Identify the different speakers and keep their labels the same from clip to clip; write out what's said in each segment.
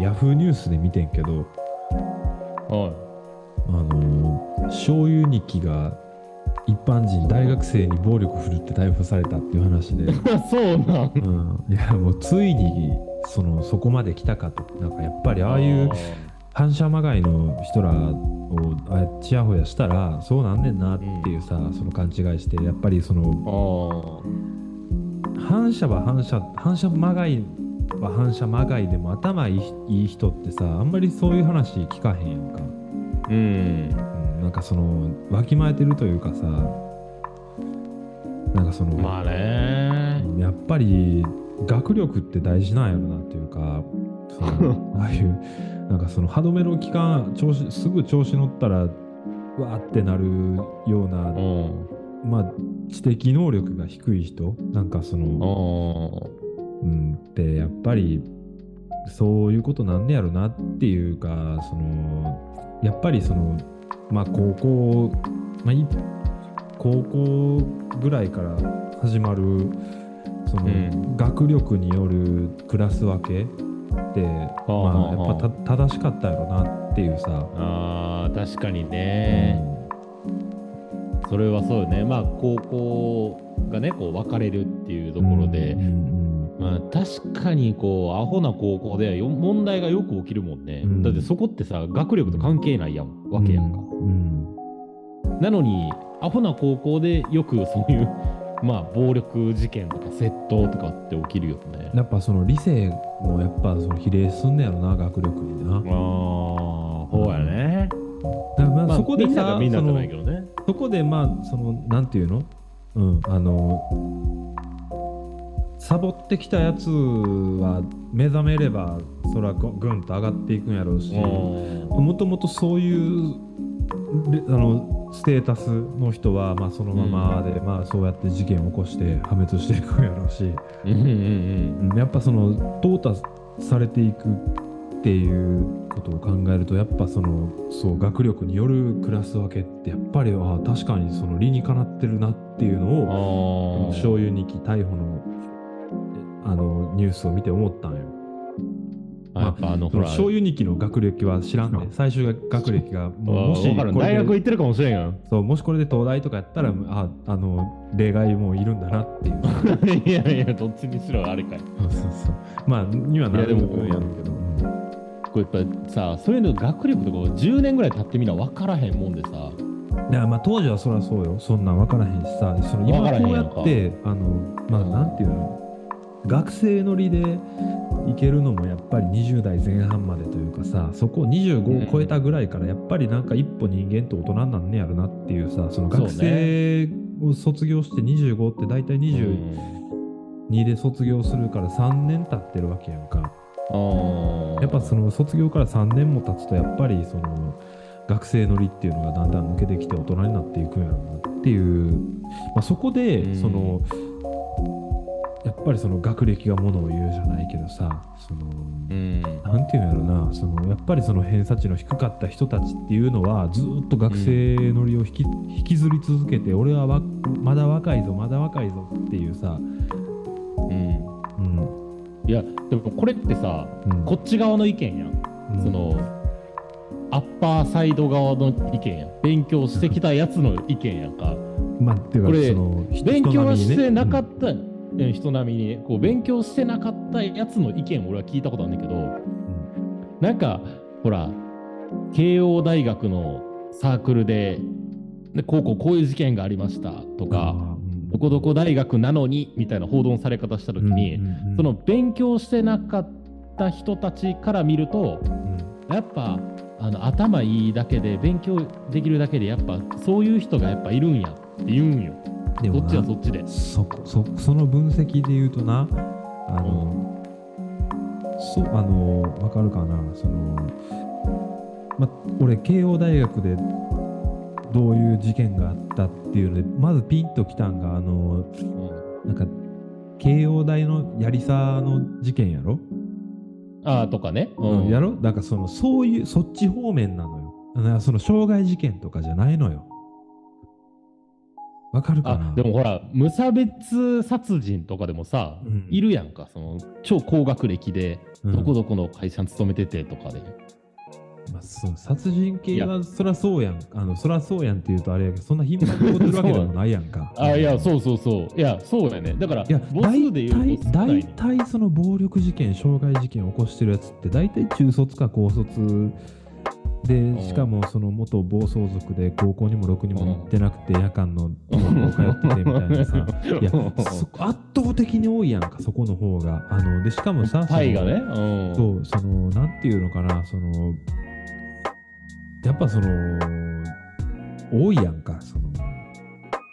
Speaker 1: ヤフーニュースで見てんけど
Speaker 2: は
Speaker 1: あのー醤油ニキが一般人大学生に暴力振るって逮捕されたっていう話 で、
Speaker 2: い。 そうなん。
Speaker 1: うん、いやもうついにそのそこまで来たかとなんかやっぱりああいう反射まがいの人らをあちやほやしたらそうなんねんなっていうさ、その勘違いしてやっぱりその
Speaker 2: あー。
Speaker 1: 反射は反射反射まがいは反射まがいでも頭いいいい人ってさあんまりそういう話聞かへんやんか、
Speaker 2: うん。
Speaker 1: うん、なんかそのわきまえてるというかさなんかその、
Speaker 2: まあね
Speaker 1: うんやっぱり学力って大事なんやろなっていうかそ のああいうなんかその歯止めの期間調子すぐ調子乗ったらうわーってなるような、
Speaker 2: うん。
Speaker 1: まあ知的能力が低い人なんかその、
Speaker 2: うん。
Speaker 1: うん、ってやっぱりそういうことなんねやろなっていうかそのやっぱりそのまあ高校、まあ、い高校ぐらいから始まるその、
Speaker 2: うん
Speaker 1: 学力によるクラス分けって、
Speaker 2: あはあ
Speaker 1: まあ、やっぱた正しかったやろなっていうさ、
Speaker 2: ああ、確かにね。それはそうよね。まあ、高校がね、こう分かれるっていうところで
Speaker 1: うん。うん
Speaker 2: まあ、確かにこうアホな高校ではよ問題がよく起きるもんね、
Speaker 1: うん
Speaker 2: だってそこってさ学力と関係ないやんわけやんか、
Speaker 1: うん
Speaker 2: なのにアホな高校でよくそういうまあ暴力事件とか窃盗とかって起きるよね
Speaker 1: やっぱその理性もやっぱその比例すんねやろな学力にな。
Speaker 2: ああそうやね、
Speaker 1: だからまあ
Speaker 2: まあ、
Speaker 1: そ
Speaker 2: そ
Speaker 1: こ
Speaker 2: こ
Speaker 1: で
Speaker 2: で
Speaker 1: さ
Speaker 2: みんながみ
Speaker 1: そ
Speaker 2: んなじゃ
Speaker 1: の
Speaker 2: ないけどね
Speaker 1: そこでまあそのなんていうのうんあのサボってきたやつは目覚めればそらぐぐんと上がっていくんやろうしもともとそういうれあのステータスの人はまあそのままで、まあそうやって事件を起こして破滅していくんやろうし、
Speaker 2: うんうんうん
Speaker 1: うんやっぱその淘汰されていくっていうことを考えるとやっぱそのそう学力によるクラス分けってやっぱりああ確かにその理にかなってるなっていう
Speaker 2: あ
Speaker 1: のを
Speaker 2: ー
Speaker 1: 醤油にき逮捕のあのニュースを見て思ったんよ。
Speaker 2: あやっぱあの
Speaker 1: そ
Speaker 2: ほ
Speaker 1: の
Speaker 2: ら
Speaker 1: 醤油日記の学歴は知らんね
Speaker 2: うん
Speaker 1: 最終学歴 が
Speaker 2: あー
Speaker 1: もうもし
Speaker 2: わからん
Speaker 1: これ
Speaker 2: 大
Speaker 1: で
Speaker 2: 学行ってるかもしれんやん
Speaker 1: そうもしこれで東大とかやったらああの例外もいるんだなって いう。
Speaker 2: いやいやどっちにしろあれかい
Speaker 1: そうそうそうまあにはなる
Speaker 2: いやで
Speaker 1: 部
Speaker 2: も
Speaker 1: 分やるけど。うん
Speaker 2: こうやっぱさそういうの学力とかを10年ぐらい経ってみな分からへんもんでさ
Speaker 1: いやまあ当時はそりゃそうよそんなん分からへんしさその今
Speaker 2: 分からへ
Speaker 1: こ
Speaker 2: ん
Speaker 1: うや
Speaker 2: やんか
Speaker 1: ってあのまあ
Speaker 2: うん
Speaker 1: なんていうの学生乗りでいけるのもやっぱり20代前半までというかさそこ25を超えたぐらいからやっぱりなんか一歩人間って大人なんねやろなっていうさその学
Speaker 2: そう
Speaker 1: 生を卒業して25って大体22で卒業するから3年経ってるわけやんか
Speaker 2: うん
Speaker 1: やっぱその卒業から3年も経つとやっぱりその学生乗りっていうのがだんだん抜けてきて大人になっていくんやろうなっていう、まあ、そこ
Speaker 2: う
Speaker 1: で
Speaker 2: ん
Speaker 1: その、やっぱりその学歴がものを言うじゃないけどさその、
Speaker 2: うん
Speaker 1: なんていうんやろなそのやっぱりその偏差値の低かった人たちっていうのはずっと学生乗りを引き,、引きずり続けて俺はわまだ若いぞまだ若いぞっていうさ、
Speaker 2: うん
Speaker 1: うん
Speaker 2: いやでもこれってさ
Speaker 1: うん
Speaker 2: こっち側の意見やん、
Speaker 1: うん
Speaker 2: そのアッパーサイド側の意見やん勉強してきたやつの意見やんか
Speaker 1: まあっていうか
Speaker 2: これ
Speaker 1: その人
Speaker 2: 勉強はしてなか
Speaker 1: うん
Speaker 2: った、うん人並みにこう勉強してなかったやつの意見を俺は聞いたことあるんだけど、なんかほら慶応大学のサークルででこうこうこういう事件がありましたと
Speaker 1: あ
Speaker 2: かどこどこ大学なのにみたいな報道のされ方した時に、その、勉強してなかった人たちから見ると
Speaker 1: うんうんうん
Speaker 2: やっぱあの頭いいだけで勉強できるだけでやっぱそういう人がやっぱいるんやって言うんよ
Speaker 1: で
Speaker 2: そ
Speaker 1: も
Speaker 2: っ
Speaker 1: な
Speaker 2: ちはそっちで。
Speaker 1: そこそその分析で言うとなあの、そうあのわかるかなそのま俺慶応大学でどういう事件があったっていうのでまずピンときたんがあのなんか慶応大のやりさの事件やろ、
Speaker 2: ああとかね。う
Speaker 1: やろなんかそのそういうそっち方面なのよあのその傷害事件とかじゃないのよわかるか
Speaker 2: あ
Speaker 1: な
Speaker 2: でもほら無差別殺人とかでもさ、
Speaker 1: うん
Speaker 2: いるやんかその超高学歴で
Speaker 1: うん
Speaker 2: どこどこの会社に勤めててとかで、
Speaker 1: まあ、そう殺人
Speaker 2: い
Speaker 1: 系
Speaker 2: や
Speaker 1: はそらそうやんあのそらそうやんって言うとあれやけどそんな頻繁に起こってるわけでもないやんか
Speaker 2: あいや
Speaker 1: う
Speaker 2: そうそうそういやそうやねだから
Speaker 1: いや
Speaker 2: 母数で言うと少な
Speaker 1: 大
Speaker 2: い
Speaker 1: 体
Speaker 2: ね
Speaker 1: 大体その暴力事件傷害事件起こしてるやつって大体中卒か高卒
Speaker 2: ん
Speaker 1: でしかもその元暴走族で高校にもろくにも行ってなくて夜間の高校通っててみたいな さいやそ圧倒的に多いやんかそこの方があのでしかもさその
Speaker 2: タイがね、うん、
Speaker 1: そう、その、なんていうのかな、その、やっぱその、多いやんか、その、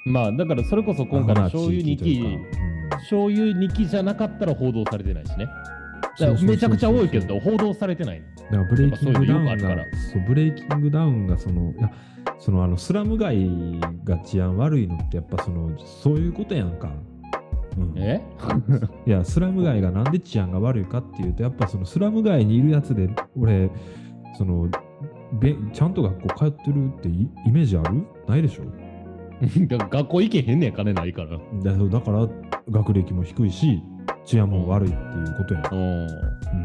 Speaker 2: まあだからそれこそ今回の
Speaker 1: アホ
Speaker 2: 醤
Speaker 1: な
Speaker 2: 油
Speaker 1: 地
Speaker 2: 2
Speaker 1: 域と
Speaker 2: 期
Speaker 1: いうか
Speaker 2: 醤油2期じゃなかったら報道されてないしね
Speaker 1: うんそ
Speaker 2: だから
Speaker 1: うそうそうそう
Speaker 2: めちゃくちゃ多いけど報道されてない
Speaker 1: だからブレイキングダウン
Speaker 2: やっぱそういうのよくある
Speaker 1: が
Speaker 2: か、
Speaker 1: そうブレイキングダウンが、その、いやそのあのスラム街が治安悪いのって、やっぱその、そういうことやんか。うん、い
Speaker 2: え
Speaker 1: やスラム街がなんで治安が悪いかっていうとやっぱそのスラム街にいるやつで俺そのべちゃんと学校通ってるってイイメージあるないでしょ
Speaker 2: だから学校行けへんねん金ないから
Speaker 1: だだから学歴も低いし治安も悪いっていうことや、
Speaker 2: うん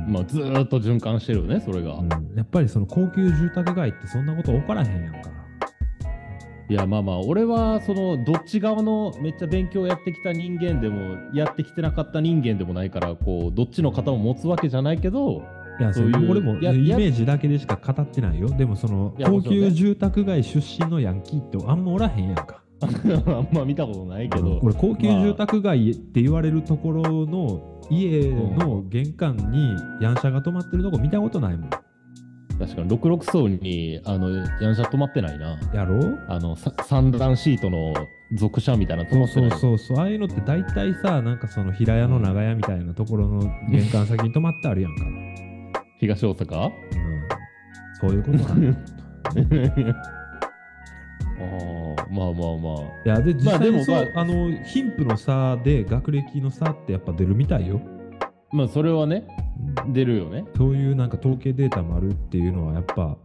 Speaker 1: うん
Speaker 2: まあずーっと循環してるよねそれが、
Speaker 1: うんやっぱりその高級住宅街ってそんなこと起こらへんやんか
Speaker 2: いやまあまあ俺はそのどっち側のめっちゃ勉強やってきた人間でもやってきてなかった人間でもないからこうどっちの肩を持つわけじゃないけど
Speaker 1: いや
Speaker 2: そ
Speaker 1: そう
Speaker 2: いう
Speaker 1: れ俺もイ
Speaker 2: い
Speaker 1: メ
Speaker 2: や
Speaker 1: ージだけでしか語ってないよでもその
Speaker 2: いや
Speaker 1: 高
Speaker 2: もちろん
Speaker 1: 級
Speaker 2: ね
Speaker 1: 住宅街出身のヤンキーってあんまおらへんやんか
Speaker 2: あんま見たことないけど、
Speaker 1: 俺高級住宅街って言われるところの家の玄関にヤンシャが泊まってるとこ見たことないもん
Speaker 2: 確かに66層にあのヤンシャ止まってないな
Speaker 1: やろ
Speaker 2: あのさ三段シートの属者みたいな止
Speaker 1: そ
Speaker 2: ま
Speaker 1: う
Speaker 2: って
Speaker 1: そ
Speaker 2: ないう
Speaker 1: そうそうああいうのって大体さなんかその平屋の長屋みたいなところの玄関先に泊まってあるやんか
Speaker 2: 東大阪
Speaker 1: うんそういうことなん だ
Speaker 2: あーまあまあまあ
Speaker 1: いやで実
Speaker 2: まあで
Speaker 1: 際
Speaker 2: も
Speaker 1: にそう、
Speaker 2: ま
Speaker 1: あ、の貧富の差で学歴の差ってやっぱ出るみたいよ、
Speaker 2: まあそれはね出るよね
Speaker 1: そういうなんか統計データもあるっていうのはやっぱ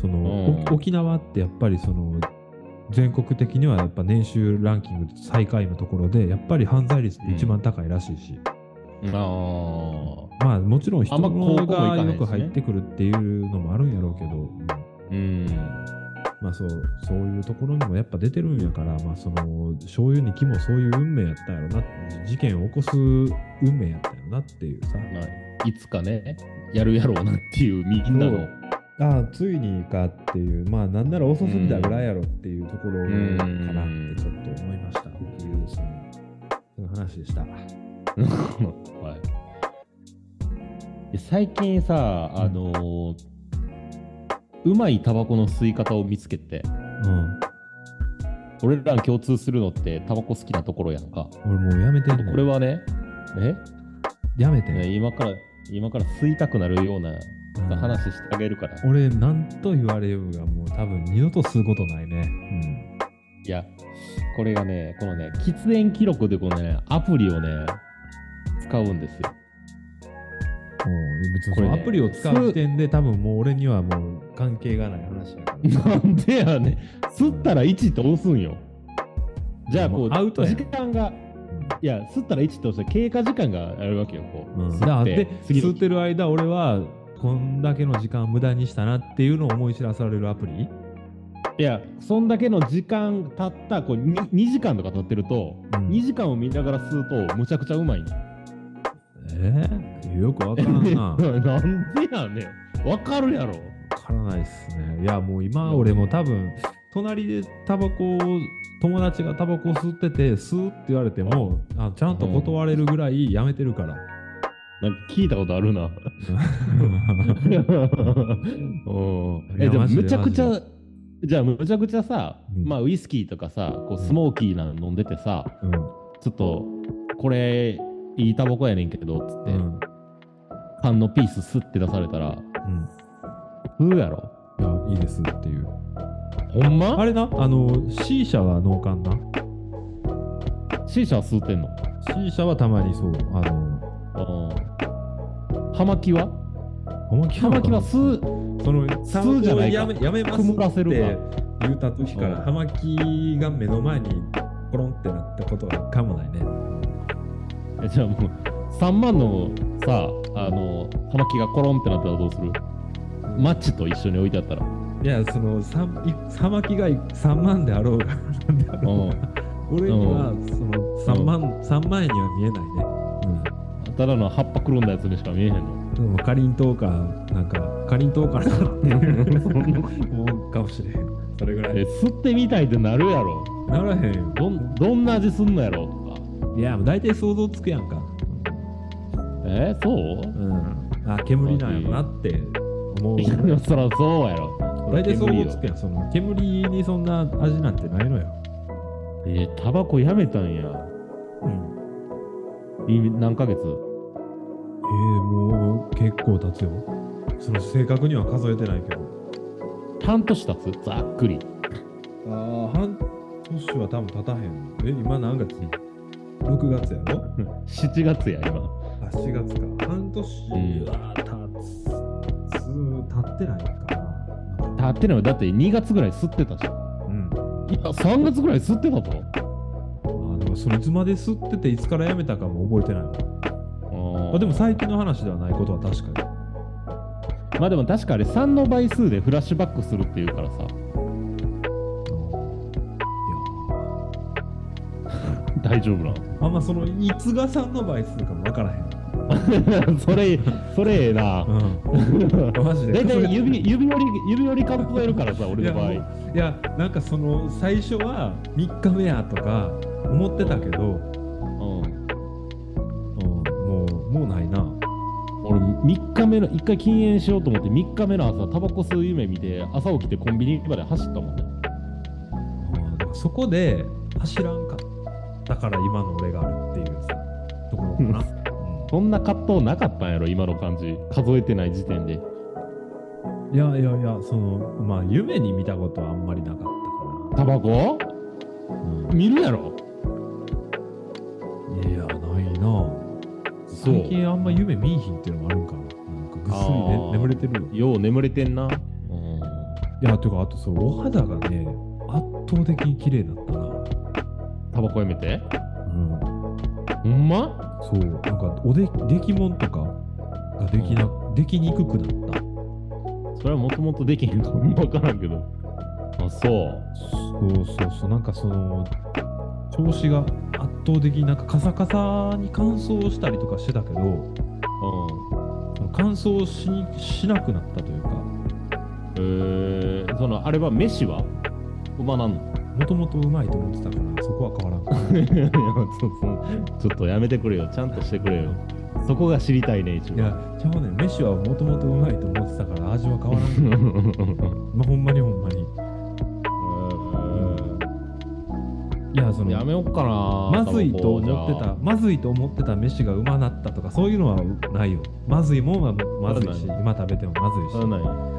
Speaker 1: その、
Speaker 2: うん
Speaker 1: お沖縄ってやっぱりその全国的にはやっぱ年収ランキング最下位のところでやっぱり犯罪率って一番高いらしいし、
Speaker 2: ああ
Speaker 1: まあもちろん人
Speaker 2: あんま高校も行か
Speaker 1: が
Speaker 2: ないですね
Speaker 1: よく入ってくるっていうのもあるんやろうけど、
Speaker 2: うん
Speaker 1: まあそうそういうところにもやっぱ出てるんやから、まあ、その醤油に木もそういう運命やったんやろな事件を起こす運命やったんやろなっていうさ
Speaker 2: まあ、いつかね、やるやろうなっていう、みんなの。
Speaker 1: ああついにかっていうまあなんなら遅すぎたぐらいやろっていうところかなってちょっと思いましたっていうそのその話でした。
Speaker 2: はいいや、最近さ、あのーうまいタバコの吸い方を見つけて、
Speaker 1: うん、
Speaker 2: 俺らに共通するのって、タバコ好きなところやんか。
Speaker 1: 俺もうやめてんの
Speaker 2: これはね、
Speaker 1: やめ
Speaker 2: え
Speaker 1: て
Speaker 2: 今から、今から吸いたくなるような
Speaker 1: うん
Speaker 2: 話してあげるから。
Speaker 1: 俺なんと言われようがもう多分二度とすることないね。
Speaker 2: いや、これがね、このね、喫煙記録でこのね、アプリをね、使うんです よ。
Speaker 1: うん、もう別に
Speaker 2: こ
Speaker 1: そ
Speaker 2: れ
Speaker 1: の
Speaker 2: ね
Speaker 1: アプリを使う時点で多分もう俺にはもう関係がない話やから。
Speaker 2: なんでやねん吸ったら1って押すんよ。 じゃあこ
Speaker 1: もう
Speaker 2: う、
Speaker 1: アウトやん
Speaker 2: 時間が、いや、吸ったら1って押したら経過時間があるわけよ。こう、
Speaker 1: うん、だ
Speaker 2: 吸
Speaker 1: か
Speaker 2: っ
Speaker 1: ら
Speaker 2: て
Speaker 1: で
Speaker 2: 次の
Speaker 1: 吸ってる間俺はこんだけの時間無駄にしたなっていうのを思い知らされるアプリ
Speaker 2: いや、そんだけの時間経った、こう 2, 時間とか経ってると、
Speaker 1: うん
Speaker 2: 2時間を見ながら吸うと、むちゃくちゃうまいねん。
Speaker 1: えー、よくわからん な。わ
Speaker 2: なんでやねん。わかるやろ。
Speaker 1: からないっすね。いやもう今俺も多分隣でタバコを友達がタバコを吸ってて吸うって言われてもあちゃんと断れるぐらいやめてるから。
Speaker 2: なんか聞いたことあるな。うん
Speaker 1: い
Speaker 2: え
Speaker 1: や
Speaker 2: でも
Speaker 1: マジで
Speaker 2: むちゃくち
Speaker 1: マ
Speaker 2: ゃじゃあむちゃくちゃさ、
Speaker 1: うん
Speaker 2: まあウイスキーとかさこうスモーキーなの飲ん でてさ
Speaker 1: う
Speaker 2: ちょっとこれいいタバコやねんけどっつっ
Speaker 1: んう
Speaker 2: て、
Speaker 1: ん
Speaker 2: 缶のピーススって出されたら
Speaker 1: うん
Speaker 2: うーやろ
Speaker 1: いやいいですっていう。
Speaker 2: ほんま
Speaker 1: あれな、あの C 社は脳幹な。
Speaker 2: シーシャは吸ってんの
Speaker 1: C 社はたまにそう、あの、
Speaker 2: うん葉巻は
Speaker 1: 葉巻
Speaker 2: 葉巻は
Speaker 1: そ
Speaker 2: 吸う
Speaker 1: の、
Speaker 2: 吸うじゃないか
Speaker 1: やめやめます
Speaker 2: 曇ら
Speaker 1: って
Speaker 2: せるか
Speaker 1: 言うた時から、
Speaker 2: うん
Speaker 1: 葉巻が目の前にコロンってなったことは一回もないね。
Speaker 2: えじゃあもう3万のさあの葉巻がコロンってなったらどうするマッチと一緒に置いてあったら
Speaker 1: いや、その、さまきが3万であろうが、なんであ
Speaker 2: う
Speaker 1: ろ
Speaker 2: ん
Speaker 1: うが、俺にはその3万、三万円には見えないね。うん
Speaker 2: ただの葉っぱくるんだやつにしか見えへんの
Speaker 1: でもかりんとうか、なんか、かりんとうかなっていう、もうかもしれへん。それぐら
Speaker 2: え
Speaker 1: い。
Speaker 2: 吸ってみたいってなるやろ
Speaker 1: ならへんよ。
Speaker 2: どんどんな味すんのやろとか
Speaker 1: いや、もう大体想像つくやんか。
Speaker 2: えそう
Speaker 1: うん。あ、煙なんやろなって 思う。
Speaker 2: いやそらそうやろ
Speaker 1: 大体想像つくやん。その、煙にそんな味なんてないのよ。
Speaker 2: えタバコやめたんや
Speaker 1: うん。
Speaker 2: い何ヶ月
Speaker 1: えー、もう結構経つよ。その正確には数えてないけど。
Speaker 2: 半年経つざっくり
Speaker 1: ああ、半年は多分経たへん。え、今何月 ?6 月やろ
Speaker 2: 7月や今
Speaker 1: あ、4月か。半年
Speaker 2: うん
Speaker 1: は経つ、経ってないか
Speaker 2: 経ってないわだって2月ぐらい吸ってたし
Speaker 1: な。うん。
Speaker 2: いや3月ぐらい吸ってたぞ
Speaker 1: あでもそれいつまで吸ってていつからやめたかも覚えてないわ。
Speaker 2: あ
Speaker 1: あでも最近の話ではないことは確か
Speaker 2: まあでも確かあれ3の倍数でフラッシュバックするっていうからさ
Speaker 1: に。い
Speaker 2: 大丈夫な
Speaker 1: やあんまそのいつがさんの倍数かもわからへん。
Speaker 2: の それそれええな
Speaker 1: うん。マジで。
Speaker 2: 大体指指折り指折り数えるからさ
Speaker 1: い
Speaker 2: 俺
Speaker 1: や
Speaker 2: の場
Speaker 1: も
Speaker 2: 合
Speaker 1: ういやなんかその最初は3日目やとか思ってたけど、
Speaker 2: うん
Speaker 1: もうもうないな。
Speaker 2: 俺3日目の1回禁煙しようと思って3日目の朝タバコ吸う夢見て朝起きてコンビニまで走ったもんね
Speaker 1: あーだからそこで走らんかったから今の俺があるっていうさところかな。
Speaker 2: そんな葛藤なかったんやろ今の感じ数えてない時点で
Speaker 1: うんいやいやいやそのまあ夢に見たことはあんまりなかったか
Speaker 2: タバコ
Speaker 1: ら。うん
Speaker 2: 見るやろ
Speaker 1: いやないな。
Speaker 2: そう
Speaker 1: 最近あんま夢見いひんっていうのもあるんかな。なんかぐっすり、
Speaker 2: あ
Speaker 1: ね
Speaker 2: ー、
Speaker 1: 眠れてるよ。
Speaker 2: よう眠れてんなうん
Speaker 1: いやていうかあとそうお肌がね圧倒的に綺麗だったな。
Speaker 2: タバコやめて
Speaker 1: うん
Speaker 2: ほんま
Speaker 1: そうなんかおでできもんとかができな、できにくくなった
Speaker 2: それはもともとできへんか も分からんけどあそう
Speaker 1: そうそうそうなんかその調子が圧倒的になんかカサカサに乾燥したりとかしてたけどその乾燥しにしなくなったというか
Speaker 2: うんえー、そのあれは飯はうまなんの
Speaker 1: もともとうまいと思ってたからそこは変わらんかっ
Speaker 2: いやちょっとちょっとやめてくれよちゃんとしてくれよそこが知りたいね一
Speaker 1: たい
Speaker 2: 番
Speaker 1: やちゃうねん飯はもともとうまいと思ってたから味は変わら ん、
Speaker 2: うん
Speaker 1: まあ、ほんまにほんまにいやその
Speaker 2: やめよっかな
Speaker 1: まずいと思って
Speaker 2: タ
Speaker 1: たまずいと思ってた飯がうまなったとかそういうのはないよまずいもんはまずいし
Speaker 2: な
Speaker 1: 今食べてもまずいし
Speaker 2: バコじゃあならない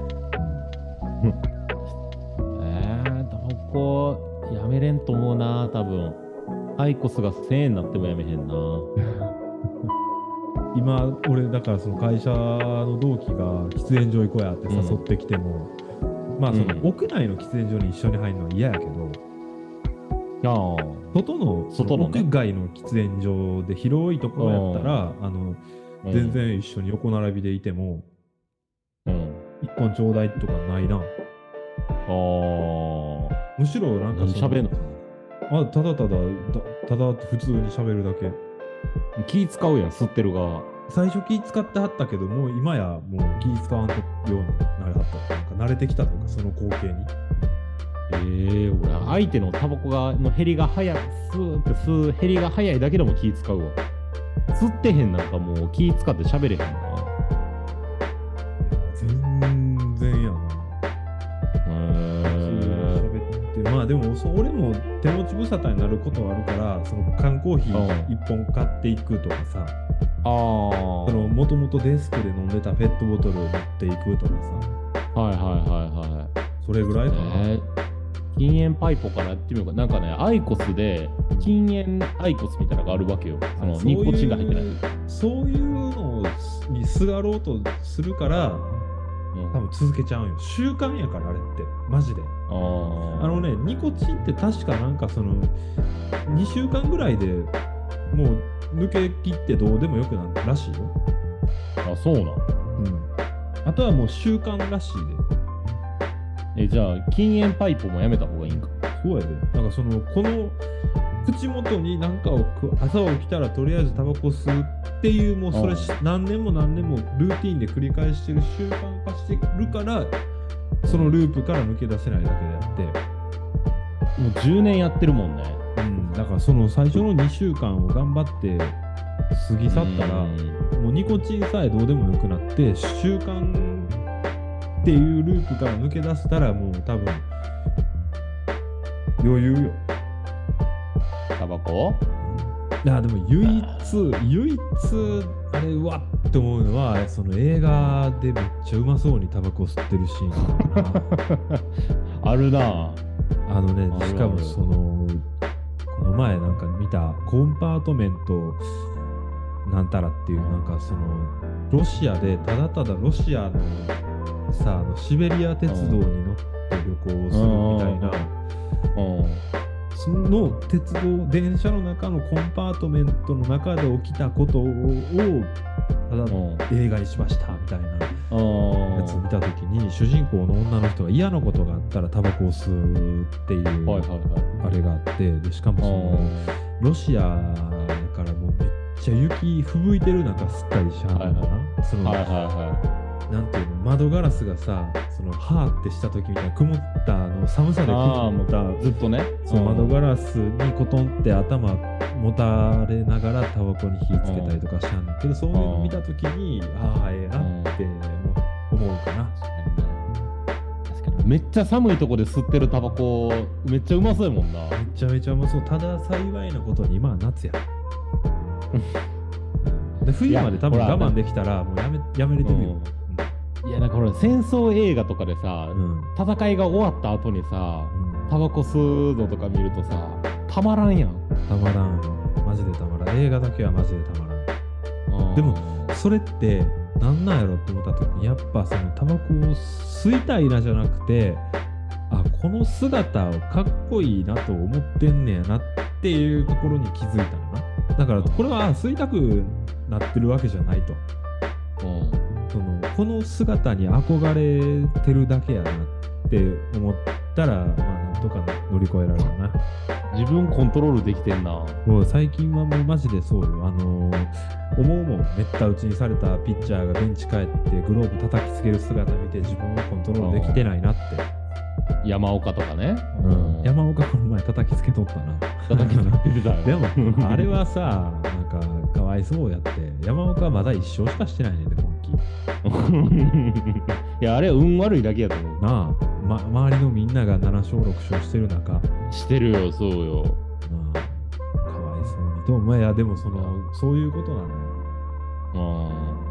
Speaker 2: えー、タバコやめれんと思うな多分アイコスが1000円になってもやめへんな
Speaker 1: 今俺だからその会社の同期が喫煙所行こうやって誘ってきても、まあその
Speaker 2: うん
Speaker 1: 屋内の喫煙所に一緒に入るのは嫌やけど
Speaker 2: ああ
Speaker 1: 外の
Speaker 2: 外のね
Speaker 1: 屋外の喫煙所で広いところやったら、あの全、然一緒に横並びでいても
Speaker 2: うん
Speaker 1: 一本ちょうだいとかないな
Speaker 2: うん、ああ
Speaker 1: むしろなんかその
Speaker 2: 喋んの
Speaker 1: あただただだただ普通に喋るだけ
Speaker 2: 気使うやん吸ってる側
Speaker 1: 最初気使ってはったけどもう今やもう気使わんとようになれはったなんか慣れてきたとかその光景に
Speaker 2: ええ俺相手のタバコがの減りが早くスーって吸う減りが早いだけでも気使うわ吸ってへんなんかもう気使って喋れへんな
Speaker 1: 全然やな普通に
Speaker 2: へ
Speaker 1: 喋ってまあでもそう俺も手持ち無沙汰になることはあるからその缶コーヒー
Speaker 2: うん
Speaker 1: 1本買っていくとかさ
Speaker 2: ああは
Speaker 1: そのもともとデスクで飲んでたペットボトルを持っていくとかさ
Speaker 2: いはいはいはい
Speaker 1: それぐらいかな、
Speaker 2: えー禁煙パイポからやってみようかなんかねアイコスで禁煙アイコスみたいなのがあるわけよその
Speaker 1: そうい
Speaker 2: ニ
Speaker 1: う
Speaker 2: コチンが入ってない
Speaker 1: そういうのにすがろうとするから
Speaker 2: うん
Speaker 1: 多分続けちゃうんよ習慣やからあれってマジで
Speaker 2: ああ
Speaker 1: あのね、ニコチンって確かなんかその、2週間ぐらいでもう抜け切ってどうでもよくなるらしいよ。
Speaker 2: ーあそうな
Speaker 1: う
Speaker 2: ん
Speaker 1: ん。あとはもう習慣らしいで。
Speaker 2: えじゃあ禁煙パイプもやめた方がいいんか
Speaker 1: そうやで。なんかその、この口元に何かをく朝起きたらとりあえずタバコ吸うっていう、もうそれし何年も何年もルーティンで繰り返してる習慣化してるから、そのループから抜け出せないだけであって。
Speaker 2: もう10年やってるもんね
Speaker 1: うん、だからその最初の2週間を頑張って過ぎ去ったら、
Speaker 2: うん
Speaker 1: もうニコチンさえどうでもよくなって習慣っていうループから抜け出せたらもう多分余裕よ
Speaker 2: タバコ
Speaker 1: いやでも唯一唯一あれうわって思うのはその映画でめっちゃうまそうにタバコ吸ってるシーンなんだよな
Speaker 2: あるな
Speaker 1: あのね
Speaker 2: あるある
Speaker 1: しかもそのこの前なんか見たコンパートメントなんたらっていうなんかそのロシアでただただロシアのさあのシベリア鉄道に乗って旅行をするみたいな
Speaker 2: うん
Speaker 1: その鉄道電車の中のコンパートメントの中で起きたことをただ
Speaker 2: うん
Speaker 1: 映画にしましたみたいなや
Speaker 2: うん
Speaker 1: つ見た時に主人公の女の人が嫌なことがあったらタバコを吸うっていう。
Speaker 2: はいはいはい
Speaker 1: あれがあってでしかもそのロシアやからもうめっちゃ雪吹雪いてる中吸ったりしはるのかな、その、
Speaker 2: はいはいは
Speaker 1: なんていうの窓ガラスがさそのはーってした時みたいな曇ったあの寒さで
Speaker 2: いああ
Speaker 1: 曇
Speaker 2: も
Speaker 1: った
Speaker 2: うずっとね
Speaker 1: その窓
Speaker 2: が
Speaker 1: ガラスにコトンって頭もたれながらタバコに火つけたりとかしはんねんけどそういうの見た時にああええなって思う思うかな。
Speaker 2: 確かにめっちゃ寒いとこで吸ってるタバコめっちゃうまそうやもんな
Speaker 1: めちゃめちゃうまそうただ幸いなことに今は夏や で冬まで多分
Speaker 2: いやほら
Speaker 1: 我慢できたらもうやめやめれてるよ、
Speaker 2: いやなんかほら戦争映画とかでさ
Speaker 1: うんうん
Speaker 2: 戦いが終わった後にさタバコ吸うのとか見るとさたまらんやん
Speaker 1: たまらんよマジでたまらん映画だけはマジでたまらん
Speaker 2: うん
Speaker 1: でもそれってなんなんやろって思った時にやっぱそのタバコを吸いたいなじゃなくてあこの姿をかっこいいなと思ってんねやなっていうところに気づいたのなだからこれは吸いたくなってるわけじゃないと
Speaker 2: うん
Speaker 1: そのこの姿に憧れてるだけやなって思ったら、まあ、なんとか乗り越えられるな。
Speaker 2: 自分コントロールできてんな
Speaker 1: もう最近はもうマジでそうよ。あのー思うもん、めった打ちにされたピッチャーがベンチ帰ってグローブ叩きつける姿見て自分をコントロールできてないなって。
Speaker 2: 山岡とかね、
Speaker 1: うん山岡この前叩きつけとったな。
Speaker 2: 叩きつけてたよ
Speaker 1: でも、あれはさ、なんかかわいそうやって、山岡はまだ一勝しかしてないねんで、今季。
Speaker 2: いやあれは運悪いだけやと思
Speaker 1: なあ、ま、周りのみんなが7勝、6勝してる中、
Speaker 2: うしてるよそうよ
Speaker 1: まあ、かわいそうにと、まあ、いや、でも、その、そういうことなのよ。
Speaker 2: うん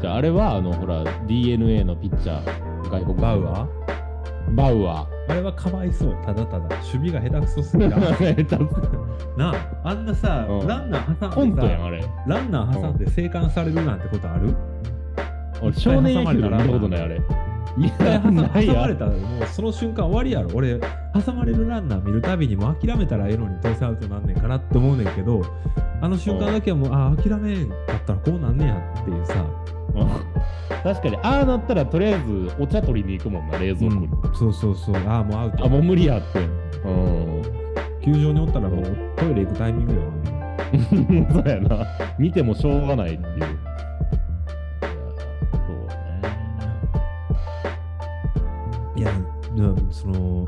Speaker 2: じゃああれはあのほら DNA のピッチャー外国人
Speaker 1: バウアー
Speaker 2: バウア
Speaker 1: あれはかわいそう、ただただ。守備が下手くそすぎ た。
Speaker 2: ー
Speaker 1: なあ、あんなさ、
Speaker 2: うん
Speaker 1: ランナー挟
Speaker 2: コ
Speaker 1: ん
Speaker 2: ン
Speaker 1: で
Speaker 2: トやん
Speaker 1: さ、
Speaker 2: あれ
Speaker 1: ランナー挟んで生還されるなんてことある
Speaker 2: 俺少年野球で見たことないあれい
Speaker 1: 一回挟ま
Speaker 2: ない
Speaker 1: 挟ま
Speaker 2: や
Speaker 1: れたら、もうその瞬間終わりやろ。俺、挟まれるランナー見るたびに、もう諦めたらええのにどうせアウトなんねんかなって思うねんけど、あの瞬間だけはもう、ああ、諦めんかったらこうなんねやっていうさ、
Speaker 2: 確かにああなったらとりあえずお茶取りに行くもんな冷蔵庫に、
Speaker 1: そうそうそう、ああ、もうアウト。
Speaker 2: あもう無理やってうん
Speaker 1: 球場におったらもうトイレ行くタイミングよ。
Speaker 2: そうやな。見てもしょうがないっていう。いやそう
Speaker 1: いや、うんその、もう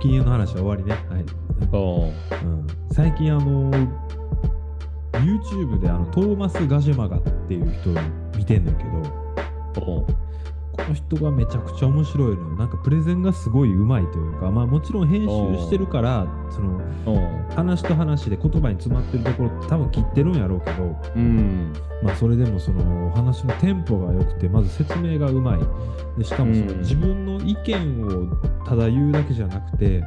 Speaker 1: 禁煙の話は終わりね。はい。
Speaker 2: ね。
Speaker 1: うん、最近、あの、YouTube であのトーマス・ガジェマガっていう人を見てんねんけど、
Speaker 2: うん。
Speaker 1: この人がめちゃくちゃ面白いのよ。なんかプレゼンがすごいうまいというか、まあもちろん編集してるから、その
Speaker 2: うん。
Speaker 1: 話と話で言葉に詰まってるところって多分切ってるんやろうけど、
Speaker 2: うん。
Speaker 1: まあ、それでもそのお話のテンポが良くてまず説明がうまいでしかもその
Speaker 2: うん
Speaker 1: 自分の意見をただ言うだけじゃなくて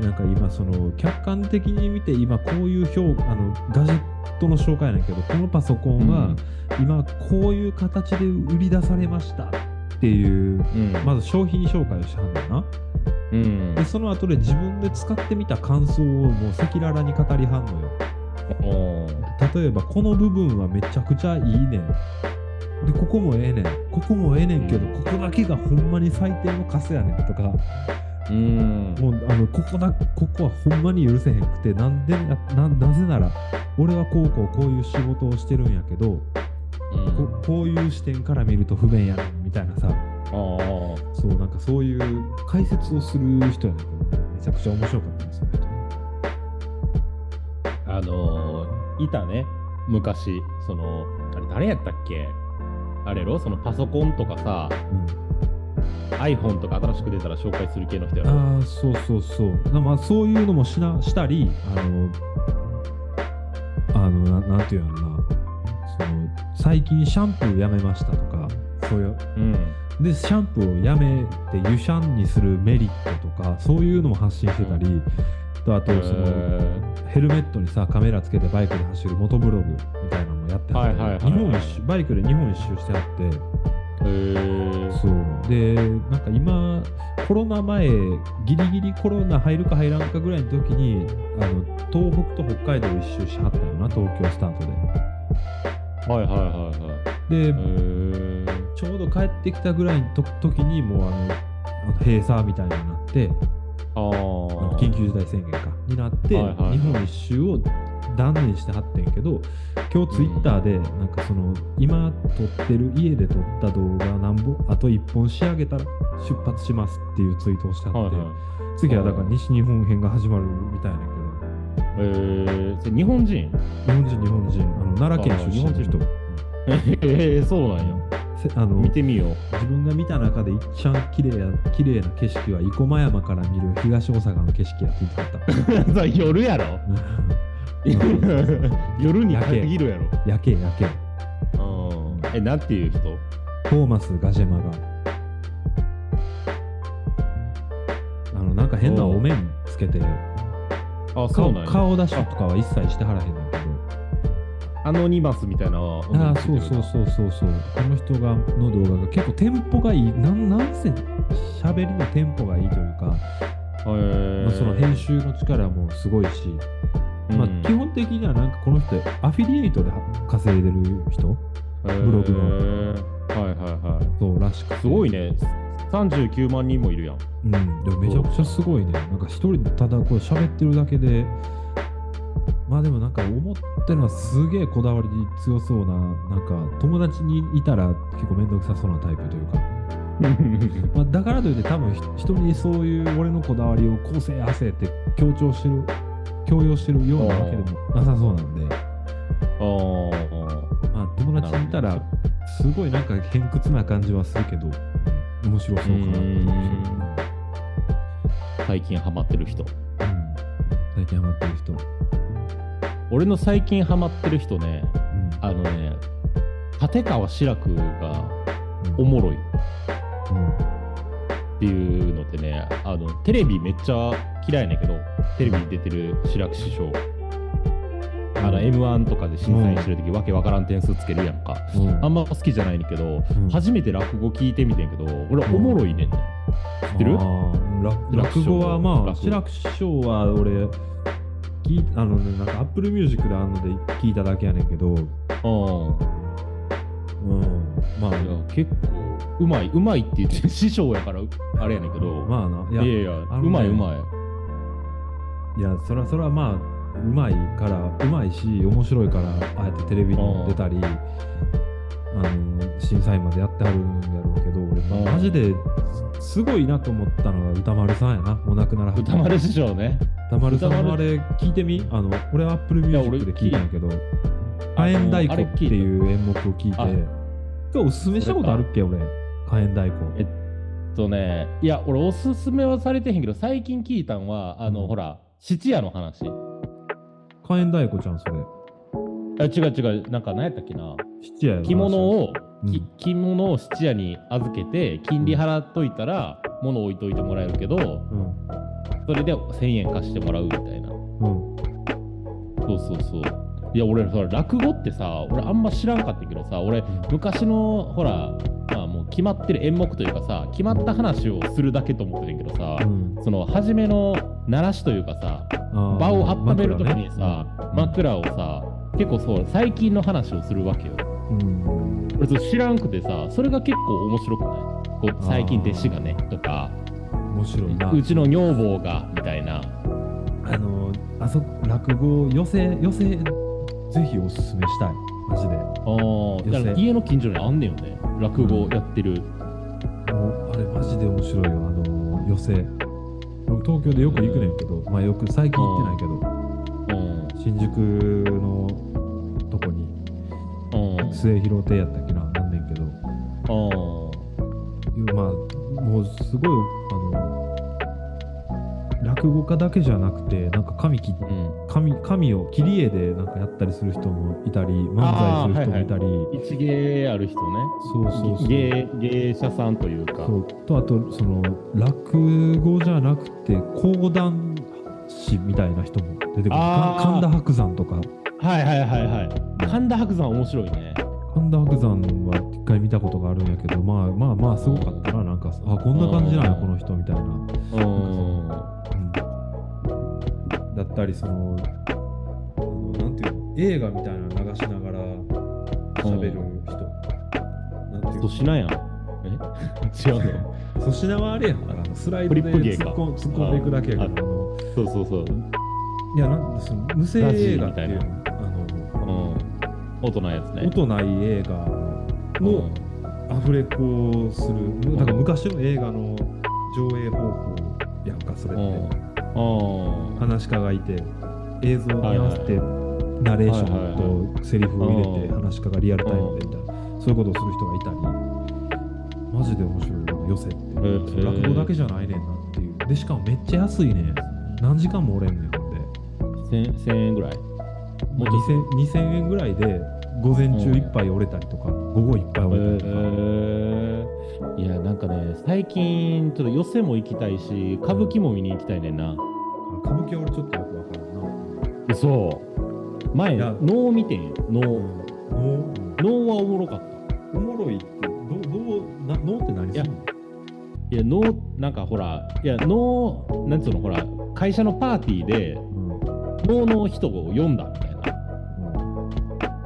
Speaker 1: なんか今その客観的に見て今こういう評あのガジェットの紹介なんやけどこのパソコン
Speaker 2: う
Speaker 1: は
Speaker 2: ん
Speaker 1: 今こういう形で売り出されましたっていう
Speaker 2: うん。
Speaker 1: まず商品紹介をしてはんだよな
Speaker 2: うん
Speaker 1: でその後で自分で使ってみた感想をもう赤裸々に語りはんのよ
Speaker 2: おー
Speaker 1: 例えばこの部分はめちゃくちゃいいねんでここもええねんここもええねんけど、
Speaker 2: う
Speaker 1: ここだけがほんまに最低のカスやねんとか
Speaker 2: うん
Speaker 1: もうあのここだここはほんまに許せへんくてなんでやななぜなら俺はこうこうこういう仕事をしてるんやけどここういう視点から見ると不便やねんみたいなさ
Speaker 2: あ
Speaker 1: そうなんかそういう解説をする人やねんけどめちゃくちゃ面白かったんですよ
Speaker 2: ああのーいたね昔そのあれ誰やったっけあれやろそのパソコンとかさ iPhone とか新しく出たら紹介する系の人やろ
Speaker 1: ああそうそうそうなまあそういうのもしなしたりあのあのななんていうのかなその最近シャンプーやめましたとかそういう
Speaker 2: うん
Speaker 1: でシャンプーをやめて湯シャンにするメリットとかそういうのも発信してたり、
Speaker 2: う
Speaker 1: とあ
Speaker 2: へ
Speaker 1: とその
Speaker 2: ー
Speaker 1: ヘルメットにさカメラつけてバイクで走るモトブログみたいなのもやって
Speaker 2: はいはいはいはい
Speaker 1: 日本一周バイクで日本一周してあって
Speaker 2: へー
Speaker 1: そうでなんか今コロナ前ギリギリコロナ入るか入らんかぐらいの時にあの東北と北海道を一周しはったよな東京スタート
Speaker 2: はいはいはいはい
Speaker 1: で。で、
Speaker 2: へー
Speaker 1: ちょうど帰ってきたぐらいのと時にもうあのあの閉鎖みたいになって。
Speaker 2: あー
Speaker 1: 緊急事態宣言かになって、
Speaker 2: はいは
Speaker 1: 日
Speaker 2: い
Speaker 1: 本一周を断念してはってんけど今日ツイッターでなんかその今撮ってる家で撮った動画なんぼあと1本仕上げたら出発しますっていうツイートをしては
Speaker 2: は
Speaker 1: っ
Speaker 2: い
Speaker 1: て、
Speaker 2: は
Speaker 1: 次はだから西日本編が始まるみたいなんや
Speaker 2: いへーそれ日本人
Speaker 1: けど日本人日本人あの奈良県出身の人
Speaker 2: ええそうなんや
Speaker 1: せあの
Speaker 2: 見てみよう
Speaker 1: 自分が見た中で一番綺麗や綺麗な景色は生駒山から見る東大阪の景色やって言ってはった
Speaker 2: それ夜やろ 夜に限るやろ
Speaker 1: 夜景夜景
Speaker 2: うんえ、なんていう人
Speaker 1: トーマス・ガジェマがあのなんか変な
Speaker 2: おう
Speaker 1: お面つけて
Speaker 2: あ、
Speaker 1: 顔
Speaker 2: や
Speaker 1: 顔出しとかは一切してはらへんねんけど
Speaker 2: アノニマスみたいなのは
Speaker 1: ああそうそうそうそうそうこの人がの動画が結構テンポがいいなんなんせ喋りのテンポがいいというか、
Speaker 2: う。へ
Speaker 1: まあ、その編
Speaker 2: 集、
Speaker 1: 集の力もすごいし、まあ、
Speaker 2: うん
Speaker 1: 基本的にはなんかこの人アフィリエイトで稼いでる人ブログの
Speaker 2: へーはいはいは
Speaker 1: そうらしくて
Speaker 2: い。すごいね。39万人もい るやん。
Speaker 1: うん、でもめちゃくちゃすごいね。なんか一人ただこう喋ってるだけで、まあでもなんか思ったのはすげえこだわり強そうな、なんか友達にいたら結構めんどくさそうなタイプというか、まあ、だからといって多分ひ人にそういう俺のこだわりを個性あせって強調してる、強要してるようなわけでもなさそうなんで、
Speaker 2: あ
Speaker 1: まあ友達にいた
Speaker 2: な
Speaker 1: ら
Speaker 2: る
Speaker 1: すごいなんか偏屈な感じはするけど、面白そうかなっていう。
Speaker 2: うんあ、最近ハマってる人。
Speaker 1: うん最近ハマってる人。
Speaker 2: 俺の最近ハマってる人ね、
Speaker 1: うん
Speaker 2: あのね、立川志らくが
Speaker 1: う
Speaker 2: お
Speaker 1: ん
Speaker 2: もろ
Speaker 1: う
Speaker 2: い。
Speaker 1: ん
Speaker 2: っていうのってねあのテレビめっちゃ嫌いなんやけどテレビに出てる白く師匠あの m 1とかで審査員してる時、わけわからん点数つけるやんかあんま好きじゃないねんけど、
Speaker 1: うん
Speaker 2: 初めて落語聞いてみてんけど俺おもろいねんね、知ってる
Speaker 1: あーら
Speaker 2: 落
Speaker 1: 落
Speaker 2: 語
Speaker 1: 語はまあ、
Speaker 2: 落語
Speaker 1: 志らく師匠は俺、聞いあのね、なんか Apple Music であんので聞いただけやねんけど、うん、まあ、
Speaker 2: うんいや結構うまいうまいって言って師匠やからあれやねんけど、
Speaker 1: まあな、い
Speaker 2: い
Speaker 1: や、
Speaker 2: や
Speaker 1: い
Speaker 2: い
Speaker 1: や
Speaker 2: やいやう
Speaker 1: あのね
Speaker 2: まいうまい
Speaker 1: それはそれはまあ、うまいから、うまいし、面白いから、ああやってテレビに出たり、あの審査員までやってはるんやろうけど、俺、
Speaker 2: うん
Speaker 1: マジですすごいなと思ったのは歌丸さんやな、お亡くならはった
Speaker 2: 歌丸師匠ね
Speaker 1: 歌丸さん
Speaker 2: 歌
Speaker 1: のあ
Speaker 2: 丸
Speaker 1: れ聞いてみあの俺は Apple
Speaker 2: いや俺
Speaker 1: Music で聞いたんやけど「火炎太鼓」っていう演目を聞い
Speaker 2: あれ聞
Speaker 1: て今日おすすめしたことあるっけ俺火炎太
Speaker 2: えっとねいや俺おすすめはされてへんけど最近聞いたんはあの、
Speaker 1: うん
Speaker 2: ほら質屋の話
Speaker 1: 鼓火炎太鼓ちゃんそれ
Speaker 2: あ違う違うなんか何やったっけな
Speaker 1: 質屋やな
Speaker 2: 着物を、
Speaker 1: うん
Speaker 2: き着物を質屋に預けて金利払っといたら物置いといてもらえるけど
Speaker 1: うん
Speaker 2: それで1000円貸してもらうみたいな
Speaker 1: うん
Speaker 2: そうそうそういや俺それ落語ってさ俺あんま知らんかったけどさ俺昔のほらまあもう決まってる演目というかさ決まった話をするだけと思ってるんやけどさ、
Speaker 1: うん
Speaker 2: その初めの慣らしというかさ場
Speaker 1: 場
Speaker 2: を温めるときに
Speaker 1: あ
Speaker 2: さ枕,、をさ結構そう最近の話をするわけよ
Speaker 1: ー枕ねうん
Speaker 2: 俺それ知らんくてさそれが結構面白くないこう最近弟子がねとか
Speaker 1: 面白いな
Speaker 2: うちの女房がみたいな
Speaker 1: あのあそ落語寄せ寄せぜひおすすめしたいマジで
Speaker 2: ああ、だから
Speaker 1: 寄せ
Speaker 2: 家の近所にあんねんよね。落語やって
Speaker 1: も
Speaker 2: る。
Speaker 1: うあれマジで面白いよあの寄せ僕東京でよく行くねんけど、まあよく最近行ってないけど
Speaker 2: うん。
Speaker 1: 新宿のとこに
Speaker 2: うん。うん。
Speaker 1: 末広亭やったっけななんねんけどまあもうすごいあの落語家だけじゃなくてなんか紙切っ
Speaker 2: うん。
Speaker 1: 紙紙を切り絵でなんかやったりする人もいたり漫才する人もいたり、
Speaker 2: 一芸ある人ね。
Speaker 1: そうそうそう
Speaker 2: 芸芸者さんというか。
Speaker 1: そうとあとその落語じゃなくて講談師みたいな人も出てくる
Speaker 2: あ
Speaker 1: か
Speaker 2: ー
Speaker 1: 神田伯山とか
Speaker 2: はいはいはいはい。神田伯山面白いね。
Speaker 1: 神田伯山は一回見たことがあるんやけどまあまあまあすごかったななんかあこんな感じなんや
Speaker 2: うん
Speaker 1: この人みたいな、うん
Speaker 2: うん。
Speaker 1: だったりそのあのなんていうの映画みたいなの流しながら喋る人、なんていう
Speaker 2: 粗
Speaker 1: の
Speaker 2: 品やん。え 違うの。
Speaker 1: 粗品はあれやんあのスライドで
Speaker 2: フリップ芸か
Speaker 1: 突っ込ん突っ込んでいくだけやけどあ
Speaker 2: あ
Speaker 1: の
Speaker 2: そうそうそう。
Speaker 1: いや、なんでその無声映画っていう
Speaker 2: ラジ
Speaker 1: のあ
Speaker 2: うん。音ないやつ
Speaker 1: の、
Speaker 2: ね。
Speaker 1: 音ない映画のアフレコをする、むだから昔の映画の上映方法やんか、それっ
Speaker 2: うん。うん
Speaker 1: て。。
Speaker 2: うん
Speaker 1: 話し家がいて、映像に合わせて、ナレーションとセリフを入れて、
Speaker 2: うん
Speaker 1: 話し家がリアルタイムでみたいな、そういうことをする人がいたり、マジで面白いよ、寄せって。
Speaker 2: ー
Speaker 1: そう落語だけじゃないねんなっていう。で、しかもめっちゃ安いねん。何時間もおれんねん、ほんで。
Speaker 2: 千千円ぐらい。
Speaker 1: も
Speaker 2: も
Speaker 1: う
Speaker 2: うちょっと
Speaker 1: 2000, 2000円ぐらいで午前中いっぱい折れたりとか、午後いっぱい折れたりとか、
Speaker 2: えー、いやなんかね最近ちょっと寄席も行きたいし歌舞伎も見に行きたいねんな
Speaker 1: あ歌舞伎は俺ちょっとよくわからんな、
Speaker 2: そう前
Speaker 1: いや
Speaker 2: 能見てんよ
Speaker 1: う
Speaker 2: 能
Speaker 1: ん、脳
Speaker 2: 能はおもろかった
Speaker 1: おもろいってどうどうな脳って何するの
Speaker 2: いや能なんかほらいや能なんつうのほら会社のパーティーで
Speaker 1: うんうん
Speaker 2: 能の人を読んだみたいな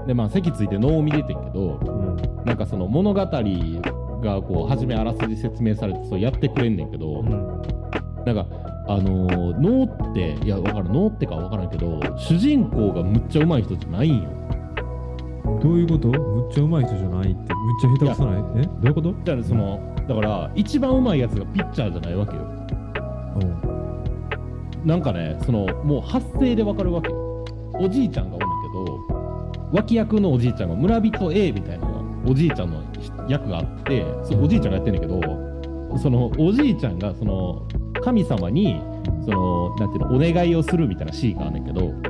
Speaker 2: でまあ席ついて能を見ててんけど
Speaker 1: うん
Speaker 2: なんかその物語がこう初めあらすじ説明されてそうやってくれんねんけど、なんかあのー脳っていやわかる脳ってかわからんけど主人公がむっちゃ上手い人じゃないんよ
Speaker 1: どういうことむっちゃうまい人じゃないってむっちゃ下手くそないえどういうこと
Speaker 2: だからそのだから一番上手いやつがピッチャーじゃないわけよ
Speaker 1: うん
Speaker 2: なんかねそのもう発声でわかるわけよおじいちゃんがおるんだけど脇役のおじいちゃんが村人 A みたいなおじいちゃんの役があってそおじいちゃんがやってんだけどそのおじいちゃんがその神様にそのなんていうのお願いをするみたいなシーンがあるんだけど
Speaker 1: うん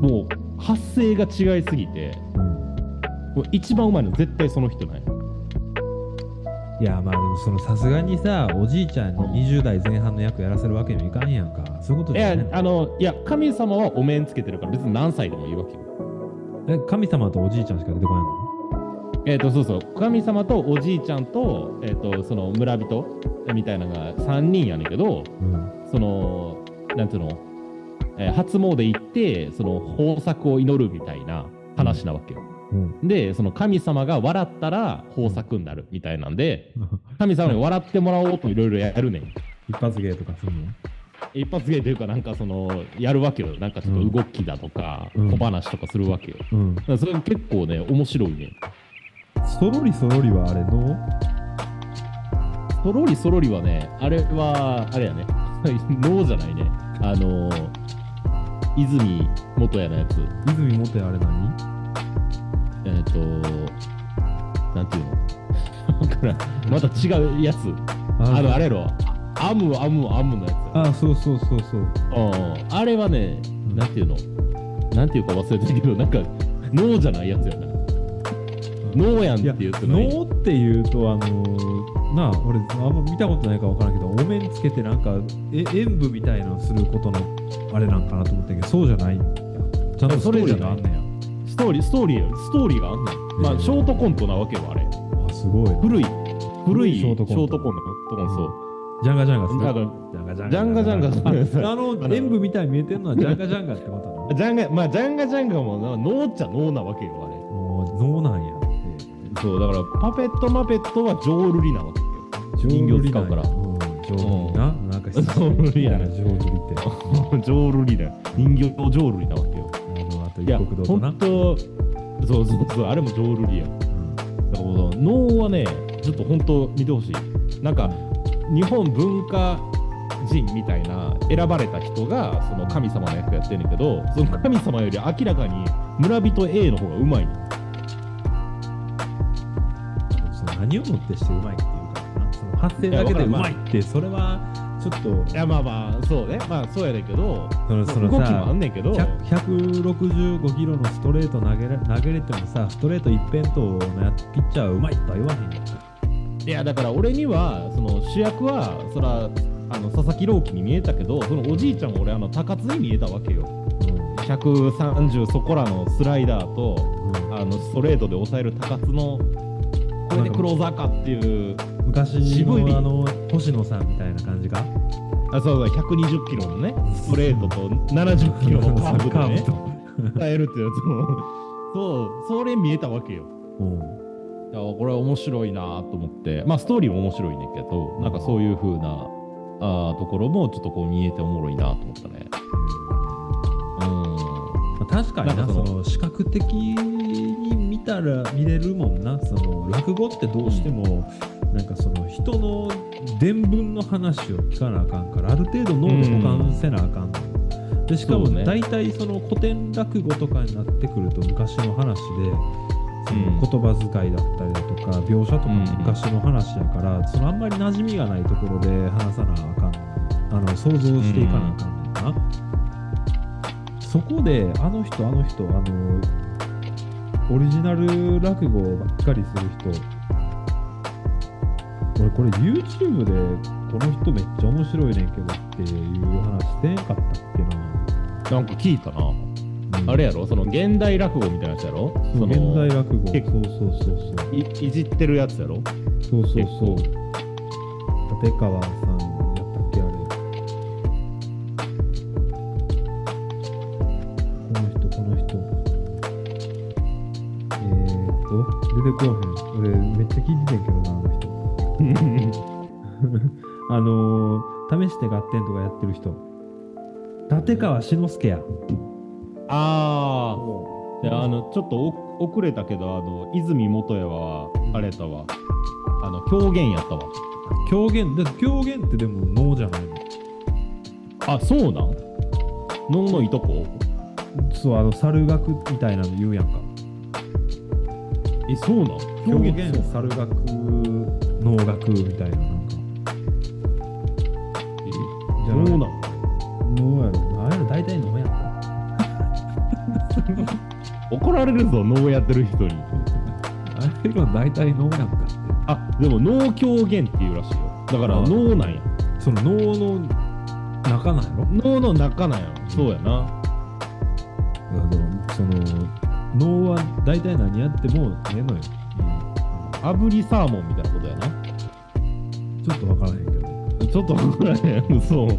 Speaker 2: もう発声が違いすぎて
Speaker 1: うん
Speaker 2: もう一番うまいの絶対その人ない。
Speaker 1: いやまあでもそのさすがにさおじいちゃんに20代前半の役やらせるわけにはいかんやんかそういうこと
Speaker 2: い
Speaker 1: じゃ
Speaker 2: や
Speaker 1: ないの
Speaker 2: あのいや神様はお面つけてるから別に何歳でもいいわけよ。
Speaker 1: え神様とおじいちゃんしか出てこないの
Speaker 2: えっ、とそうそう神様とおじいちゃんと,、えー、とその村人みたいなのが3人やねんけど
Speaker 1: うん
Speaker 2: そのなんていうの、えー初詣行ってその豊作を祈るみたいな話なわけよ。
Speaker 1: うん
Speaker 2: でその神様が笑ったら豊作になるみたいなんで神様に笑ってもらおうといろいろやるねん。
Speaker 1: 一発芸とかするの
Speaker 2: 一発芸というかなんかそのやるわけよなんかちょっと動きだとか
Speaker 1: うん
Speaker 2: 小話とかするわけよ、だ
Speaker 1: うん
Speaker 2: からそれ結構ね面白いね
Speaker 1: そろりそろりはあれの
Speaker 2: そろりそろりはねあれはあれやね 脳じゃないねあの泉元也のやつ
Speaker 1: 泉元やあれ何
Speaker 2: えっ、となんていうの わからんまた違うやつあのあれやろアムアムアムのやつやろ
Speaker 1: あそうそうそうそう
Speaker 2: うんあれはね、なんていうの、なんていうか忘れてるけど、なんか、脳じゃないやつやな。脳やんっ
Speaker 1: い
Speaker 2: て
Speaker 1: や
Speaker 2: 言ってない。
Speaker 1: 能っていうとあのーなあ俺あんま見たことないから分からんけどお面つけてなんかえ演舞みたいなのすることのあれなんかなと思ったけどそうじゃないんやちゃんとスト
Speaker 2: そ
Speaker 1: ーリ
Speaker 2: れじゃ
Speaker 1: ー
Speaker 2: な
Speaker 1: が
Speaker 2: い
Speaker 1: あんねや
Speaker 2: ストーリー、ストーリーやストーリーがあんねん。ま
Speaker 1: へ
Speaker 2: あ、
Speaker 1: ー
Speaker 2: ショートコントなわけよ、あれ。
Speaker 1: あすごいな
Speaker 2: 古い、古い
Speaker 1: シ
Speaker 2: シ
Speaker 1: ョ
Speaker 2: ョ
Speaker 1: ー
Speaker 2: ー
Speaker 1: ト
Speaker 2: ト
Speaker 1: コ
Speaker 2: コ
Speaker 1: ント
Speaker 2: ント、そう。
Speaker 1: ジャンガジャンガ
Speaker 2: なんか
Speaker 1: ですか
Speaker 2: ジャンガジャンガ
Speaker 1: ジャンガジャンガあ
Speaker 2: あ
Speaker 1: あ
Speaker 2: の
Speaker 1: の演舞みたいに見えてるのはジャンガジャンガってことなの
Speaker 2: ジャンガまあジャンガジャンガもな脳っちゃ脳なわけよあれ
Speaker 1: もう脳なんやって
Speaker 2: そうだからパペットマペットは浄瑠璃なわけよ 人形使うから
Speaker 1: うん上手ななんか
Speaker 2: 上手にな
Speaker 1: 上手にって
Speaker 2: 浄瑠璃だよ人形浄瑠璃なわけよ
Speaker 1: あのあと
Speaker 2: いや
Speaker 1: 一国道とな
Speaker 2: 本当そうそうそうあれも浄瑠璃やだからもう能はねちょっと本当見てほしいなんか日本文化人みたいな選ばれた人がその神様の役やってんねんけどその神様より明らかに村人 A の方がうまい
Speaker 1: うんその何をもってしてうまいっていうからなその発声だけでうまいってそれはちょっと
Speaker 2: いやまあまあそうねまあそうやねんけど
Speaker 1: その
Speaker 2: まあ
Speaker 1: その
Speaker 2: 動きもあ
Speaker 1: さ
Speaker 2: んねんけど
Speaker 1: 100 165キロのストレート投げれ投げれてもさストレート一辺倒のやつピッチャーはうまいとは言わへんやんか
Speaker 2: いやだから俺にはその主役はそらあの佐々木朗希に見えたけどそのおじいちゃんも俺あの高津に見えたわけよ130そこらのスライダーと
Speaker 1: うん
Speaker 2: あのストレートで抑える高津のこれでクローザーかっていう
Speaker 1: 昔
Speaker 2: 渋い
Speaker 1: のあの星野さんみたいな感じ が
Speaker 2: あそうそう120キロのねストレートと70キロのカーブでね
Speaker 1: カー
Speaker 2: 抑えるってやつもそうそれ見えたわけよ
Speaker 1: ブと
Speaker 2: いやこれは面白いなと思ってまあストーリーも面白いねんけどなんかそういう風なあーところもちょっとこう見えておもろいなと思ったねう
Speaker 1: まあ、確かに
Speaker 2: な
Speaker 1: なん
Speaker 2: かそ
Speaker 1: そ
Speaker 2: の
Speaker 1: の視覚的に見たら見れるもんなその落語ってどうしても、なんかその人の伝聞の話を聞かなあかんからある程度脳で保管せなあかんの、でしかも
Speaker 2: そうね
Speaker 1: 大体その古典落語とかになってくると昔の話でそ
Speaker 2: うん
Speaker 1: の言葉遣いだったりだとか描写とかも昔の話やから、そのあんまり馴染みがないところで話さなあかんあの想像していかなあかんねんな、そこであの人あの人あのオリジナル落語ばっかりする人俺これ YouTube でこの人めっちゃ面白いねんけどっていう話してんかったっけな、
Speaker 2: んなんか聞いたな
Speaker 1: うん
Speaker 2: あれやろその現代落語みたいなやつやろ
Speaker 1: そ
Speaker 2: そうの
Speaker 1: 現代落語
Speaker 2: 結
Speaker 1: そうそうそうそう
Speaker 2: いいじってるやつやろ
Speaker 1: そうそう
Speaker 2: 結
Speaker 1: そう
Speaker 2: 構。
Speaker 1: 立川さんやったっけあれ。この人、この人。えー、っと、出てこうへん。俺、めっちゃ聞いててんけどな、あの人。 あのー、試して合点とかやってる人。立川志の輔や。
Speaker 2: ああであのちょっとお遅れたけどあの泉元也はあれやったわあの狂言やったわ
Speaker 1: 狂言、だって狂言ってでも能じゃないの。
Speaker 2: あそうなんのんのいとこ
Speaker 1: そう、あの、猿楽みたいなの言うやんか。
Speaker 2: えそうなん狂
Speaker 1: 表
Speaker 2: 言
Speaker 1: 現
Speaker 2: そう
Speaker 1: 猿楽能楽みたいななんか
Speaker 2: え
Speaker 1: じ
Speaker 2: そうなん
Speaker 1: 能やろああいうの大体能やんか
Speaker 2: 怒られるぞ能やってる人に
Speaker 1: ああいうの大体能やんかっ
Speaker 2: あでも能狂言っていうらしいよだから
Speaker 1: あー
Speaker 2: 能なんや
Speaker 1: てその能の中なんやろ
Speaker 2: 能の中なんやそうやな
Speaker 1: だからその能は大体何やってもええのよ
Speaker 2: 炙りサーモンみたいなことやな
Speaker 1: ちょっとわからへんけど
Speaker 2: ちょっと分からへんそういや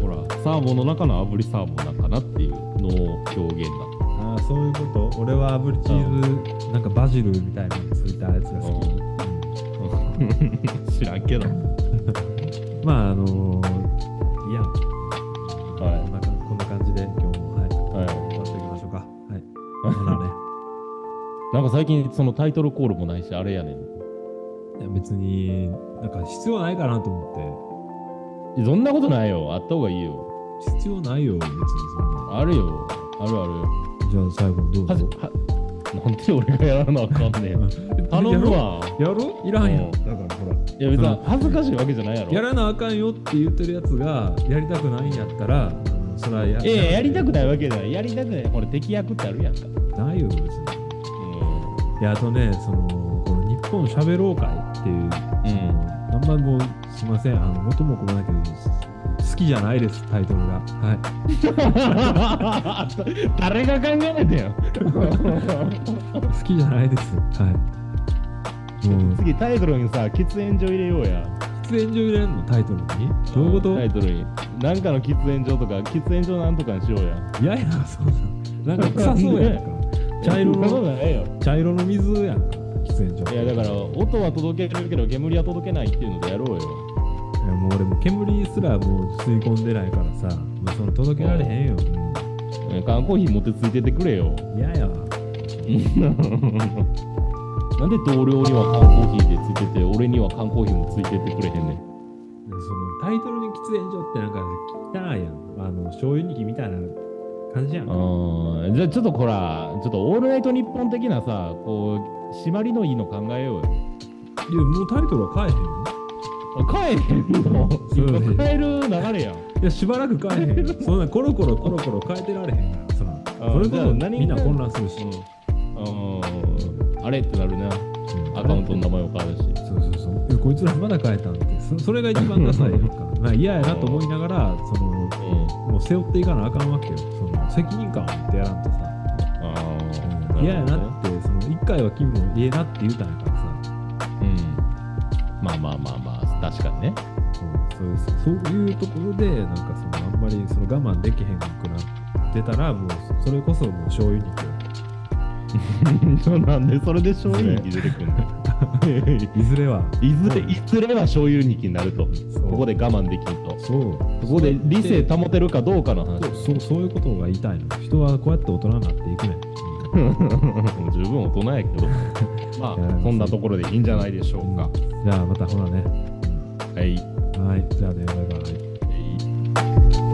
Speaker 2: ほらサーモンの中の炙りサーモンなんかなっていう能狂言だ
Speaker 1: ああそういうこと俺は炙りチーズなんかバジルみたいなのついたやつが好き、
Speaker 2: 知らんけど
Speaker 1: うんまああのー、いいやん
Speaker 2: はい
Speaker 1: こんなかこんな感じで今日もはい
Speaker 2: はい
Speaker 1: 終わっていきましょうかはいほなね
Speaker 2: なんか最近そのタイトルコールもないしあれやねん
Speaker 1: いや別になんか必要ないかなと思
Speaker 2: そんなことないよあった方がいいよ
Speaker 1: って必要ないよ別にそんな
Speaker 2: あるよあるある
Speaker 1: じゃあ最後にどう
Speaker 2: はじ
Speaker 1: ぞ
Speaker 2: はなんで俺がやらなあかんねん頼むわ
Speaker 1: やろいらんや
Speaker 2: うん
Speaker 1: んだからほら
Speaker 2: いや別
Speaker 1: そ
Speaker 2: に
Speaker 1: の
Speaker 2: 恥ずかしいわけじゃないやろ
Speaker 1: やらなあかんよって言ってるやつがやりたくないんやったらあのそれはや
Speaker 2: いやいややりたくないわ
Speaker 1: け
Speaker 2: けじゃないやりたくないこれ敵役ってあるやんか
Speaker 1: ないよ別にいやあとねそのこの日本しゃべろう会っていう、
Speaker 2: うん
Speaker 1: あんまもうすいませんあの元も子もないけど好きじゃないですタイトルがはい
Speaker 2: 誰が考えてよ
Speaker 1: 好きじゃないですはいもう
Speaker 2: 次タイトルにさ喫煙所入れようや
Speaker 1: 喫煙所入れんのタイトルにどういうこと
Speaker 2: タイトルに。なんかの喫煙所とか、喫煙所なんとかにしようや。
Speaker 1: いやいやそうなんなん か臭そうやんか茶色
Speaker 2: そんなこと
Speaker 1: の
Speaker 2: ないよ。
Speaker 1: 茶色の水やんか喫煙所
Speaker 2: いや、だから、音は届けるけど、煙は届けないっていうのでやろう
Speaker 1: い
Speaker 2: よ。
Speaker 1: やもう俺も煙すらもう吸い込んでないからさもうその届けられへんよ
Speaker 2: え缶コーヒー持ってついてってくれよ。
Speaker 1: 嫌ややわ
Speaker 2: なんで同僚には缶コーヒーでついてて、俺には缶コーヒーもついてってくれへんねん。
Speaker 1: でそのタイトルに喫煙所ってなんか汚いやんあの醤油にきみたいな感じやん
Speaker 2: あーじゃあちょっとこら、ちょっとオールナイトニッポン的なさ、こう、締まりのいいの考えようよ。
Speaker 1: いやもうタイトルは変えへんよ
Speaker 2: 帰れへんの
Speaker 1: そうね
Speaker 2: 帰る流れや
Speaker 1: い
Speaker 2: ん。
Speaker 1: やしばらく変えへんよそんなコロコロコロコロ変えてられへんからさ
Speaker 2: あ
Speaker 1: それこ
Speaker 2: じゃあ
Speaker 1: そ
Speaker 2: 何が
Speaker 1: みんな混乱するし、
Speaker 2: うん。あれってなる
Speaker 1: う
Speaker 2: な。
Speaker 1: ん
Speaker 2: アカウントの名前も変わるし。
Speaker 1: そうそうそういやこいつらまだ変えたんってそそれが一番ダサいやん かまあ嫌やなと思いながらその
Speaker 2: うん。
Speaker 1: もう背負っていかなあかんわけよその責任感を持ってやらんとさ
Speaker 2: あ
Speaker 1: うん
Speaker 2: あ。
Speaker 1: 嫌やな
Speaker 2: う
Speaker 1: ってその一回は君も嫌やなって言うたんやからさ
Speaker 2: ん。まあまあまあまあ、確かにね。
Speaker 1: そうそうですそういうところでなんかそのあんまりその我慢できへんくなってたらもうそれこそもう醤油肉
Speaker 2: なん でそれで醤油に出てくんの
Speaker 1: いずれはい
Speaker 2: ずれ、 いずれは醤油肉になると。
Speaker 1: そう
Speaker 2: ここで我慢できんと。
Speaker 1: そう
Speaker 2: ここで理性保てるかどうかの話。
Speaker 1: そうそういうことが言いたいの人はこうやって大人になっていくねん
Speaker 2: もう十分大人やけど。 ま
Speaker 1: いや
Speaker 2: あ、そんなところでいいんじゃないでしょうか。
Speaker 1: じゃあまたほらね
Speaker 2: はい。
Speaker 1: はいじゃあねバイバイ
Speaker 2: はい